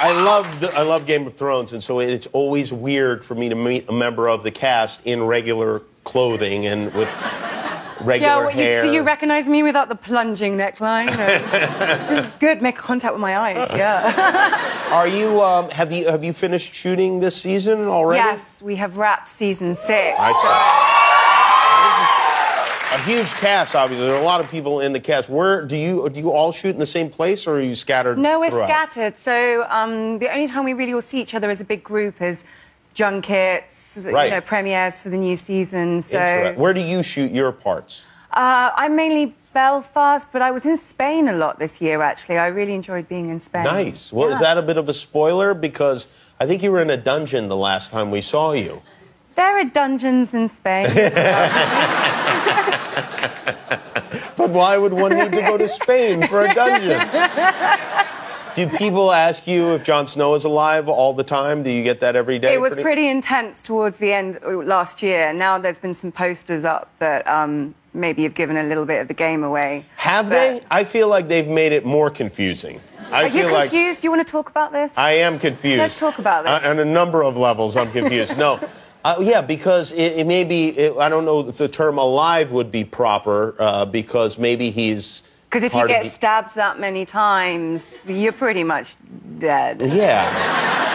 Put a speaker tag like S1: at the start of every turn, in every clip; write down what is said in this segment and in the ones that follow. S1: I love the, I love Game of Thrones, and so it's always weird for me to meet a member of the cast in regular clothing and with
S2: Yeah,
S1: regular
S2: what, you,
S1: hair.
S2: do you recognize me without the plunging neckline? It's Good, make contact with my eyes, yeah.
S1: Are you um, have you have you finished shooting this season already?
S2: yes, we have wrapped season six.
S1: I see. Now, this is a huge cast, obviously. There are a lot of people in the cast. Where do you do you all shoot in the same place, or are you scattered?
S2: No, we're
S1: throughout?
S2: scattered. So um, the only time we really all see each other as a big group is junkets,
S1: Right.
S2: you know, premieres for the new season. So
S1: Interact- Where do you shoot your parts?
S2: uh, I'm mainly Belfast, but I was in Spain a lot this year. Actually, I really enjoyed being in Spain.
S1: Nice. Well, is that a bit of a spoiler? Because I think you were in a dungeon the last time we saw you.
S2: There are dungeons in Spain.
S1: But why would one need to go to Spain for a dungeon? Do people ask you if Jon Snow is alive all the time? Do you get that every day?
S2: it was pretty intense towards the end uh, last year. Now there's been some posters up that um, maybe have given a little bit of the game away.
S1: Have
S2: But-
S1: they? I feel like they've made it more confusing. I
S2: Are you
S1: feel
S2: confused?
S1: like
S2: Do you want to talk about this?
S1: I am confused.
S2: Let's talk about this.
S1: Uh, on a number of levels, I'm confused. no. Uh, yeah, because it, it may be, it, I don't know if the term alive would be proper, uh, because maybe he's.
S2: Because if you
S1: part of
S2: get
S1: the-
S2: stabbed that many times, you're pretty much dead.
S1: Yeah.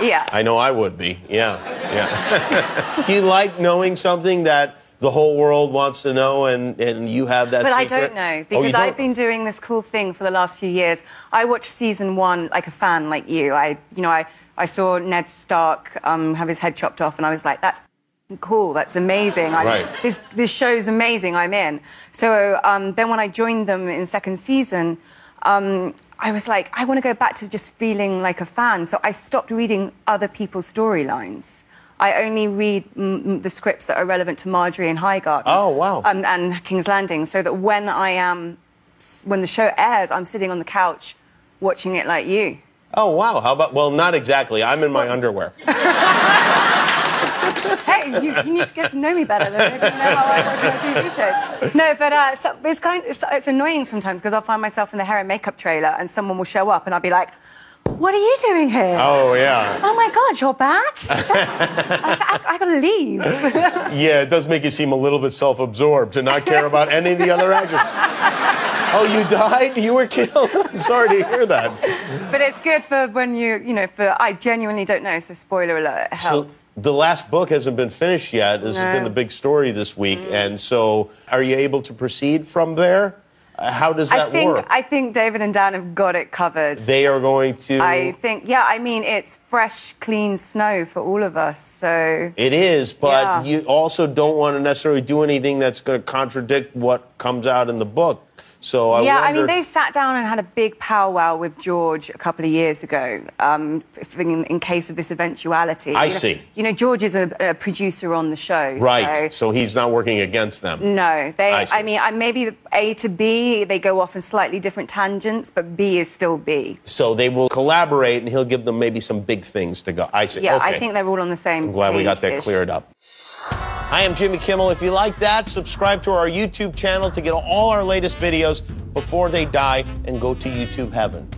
S2: Yeah.
S1: I know I would be. Yeah, yeah. Do you like knowing something that the whole world wants to know and, and you have that
S2: but I
S1: secret?
S2: don't know
S1: Oh, you
S2: because I've
S1: don't?
S2: been doing this cool thing for the last few years. I watched season one like a fan, like you. I, you know, I, I saw Ned Stark um, have his head chopped off, and I was like, that's cool. That's amazing. I,
S1: Right.
S2: This this show's amazing. I'm in. So um, then when I joined them in second season. Um, I was like, I want to go back to just feeling like a fan. So I stopped reading other people's storylines. I only read mm, mm, the scripts that are relevant to Marjorie and Highgarden
S1: Oh, wow.
S2: um, and King's Landing, so that when I am, when the show airs, I'm sitting on the couch watching it like you.
S1: Oh, wow. How about, well, not exactly. I'm in my underwear.
S2: Hey, you, you need to get to know me better than you know how I watch my TV shows. No, but uh, so, it's kind, it's, it's annoying sometimes because I'll find myself in the hair and makeup trailer, and someone will show up, and I'll be like, "What are you doing here?"
S1: Oh, yeah.
S2: Oh my God, you're back! I, I, I gotta leave.
S1: Yeah, it does make you seem a little bit self absorbed to not care about any of the other actors. Oh, you died? You were killed? I'm sorry to hear that.
S2: but it's good for when you, you know, for I genuinely don't know. So spoiler alert, it
S1: So,
S2: helps.
S1: the last book hasn't been finished yet. This has
S2: No. Mm.
S1: been the big story this week. And so, are you able to proceed from there? Uh, How does that
S2: I think
S1: work?
S2: I think David and Dan have got it covered.
S1: They are going to.
S2: I think, yeah, I mean, it's fresh, clean snow for all of us. So,
S1: It is, but
S2: Yeah.
S1: you also don't want to necessarily do anything that's going to contradict what comes out in the book. So I
S2: yeah, I
S1: wonder-
S2: mean, they sat down and had a big powwow with George a couple of years ago um, f- in, in case of this eventuality.
S1: I
S2: You know-
S1: see.
S2: You know, George is a, a producer on the show.
S1: right.
S2: so-
S1: So he's not working against them.
S2: No, they.
S1: I
S2: I,
S1: see.
S2: mean, I, maybe the A to B, they go off in slightly different tangents, but B is still B.
S1: So they will collaborate, and he'll give them maybe some big things to go. I see.
S2: Yeah, I
S1: Okay.
S2: think they're all on the same.
S1: I'm glad we got that cleared up. I am Jimmy Kimmel. If you like that, subscribe to our YouTube channel to get all our latest videos before they die and go to YouTube heaven.